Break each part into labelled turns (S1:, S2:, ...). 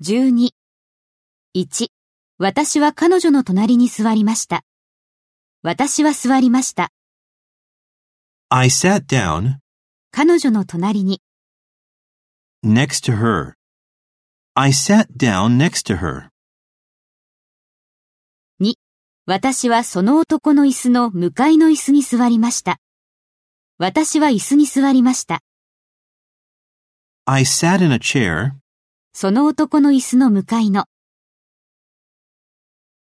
S1: 12。1. 私は彼女の隣に座りました。私は座りました。
S2: I sat down
S1: 彼女の隣に。
S2: next to her. I sat down next to her.
S1: 私はその男の椅子の向かいの椅子に座りました。私は椅子に座りました。
S2: I sat in a chair
S1: その男の椅子の向かいの。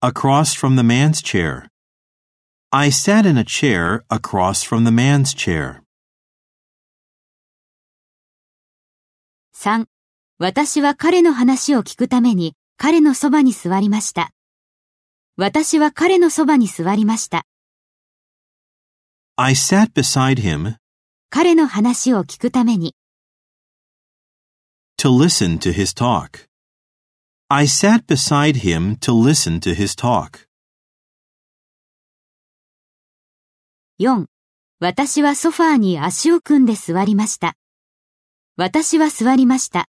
S2: across from the man's chair. I sat in a chair across from the man's chair.
S1: 3. 私は彼の話を聞くために彼のそばに座りました。私は彼のそばに座りました。
S2: I sat beside him
S1: 彼の話を聞くために。
S2: to listen to his talk. I sat beside him to listen to his talk.
S1: 4. 私はソファーに足を組んで座りました。私は座りました。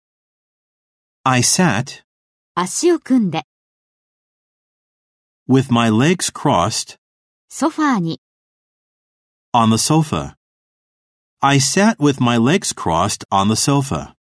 S2: I sat
S1: 足を組んで、
S2: with my legs crossed
S1: ソファーに、
S2: on the sofa. I sat with my legs crossed on the sofa.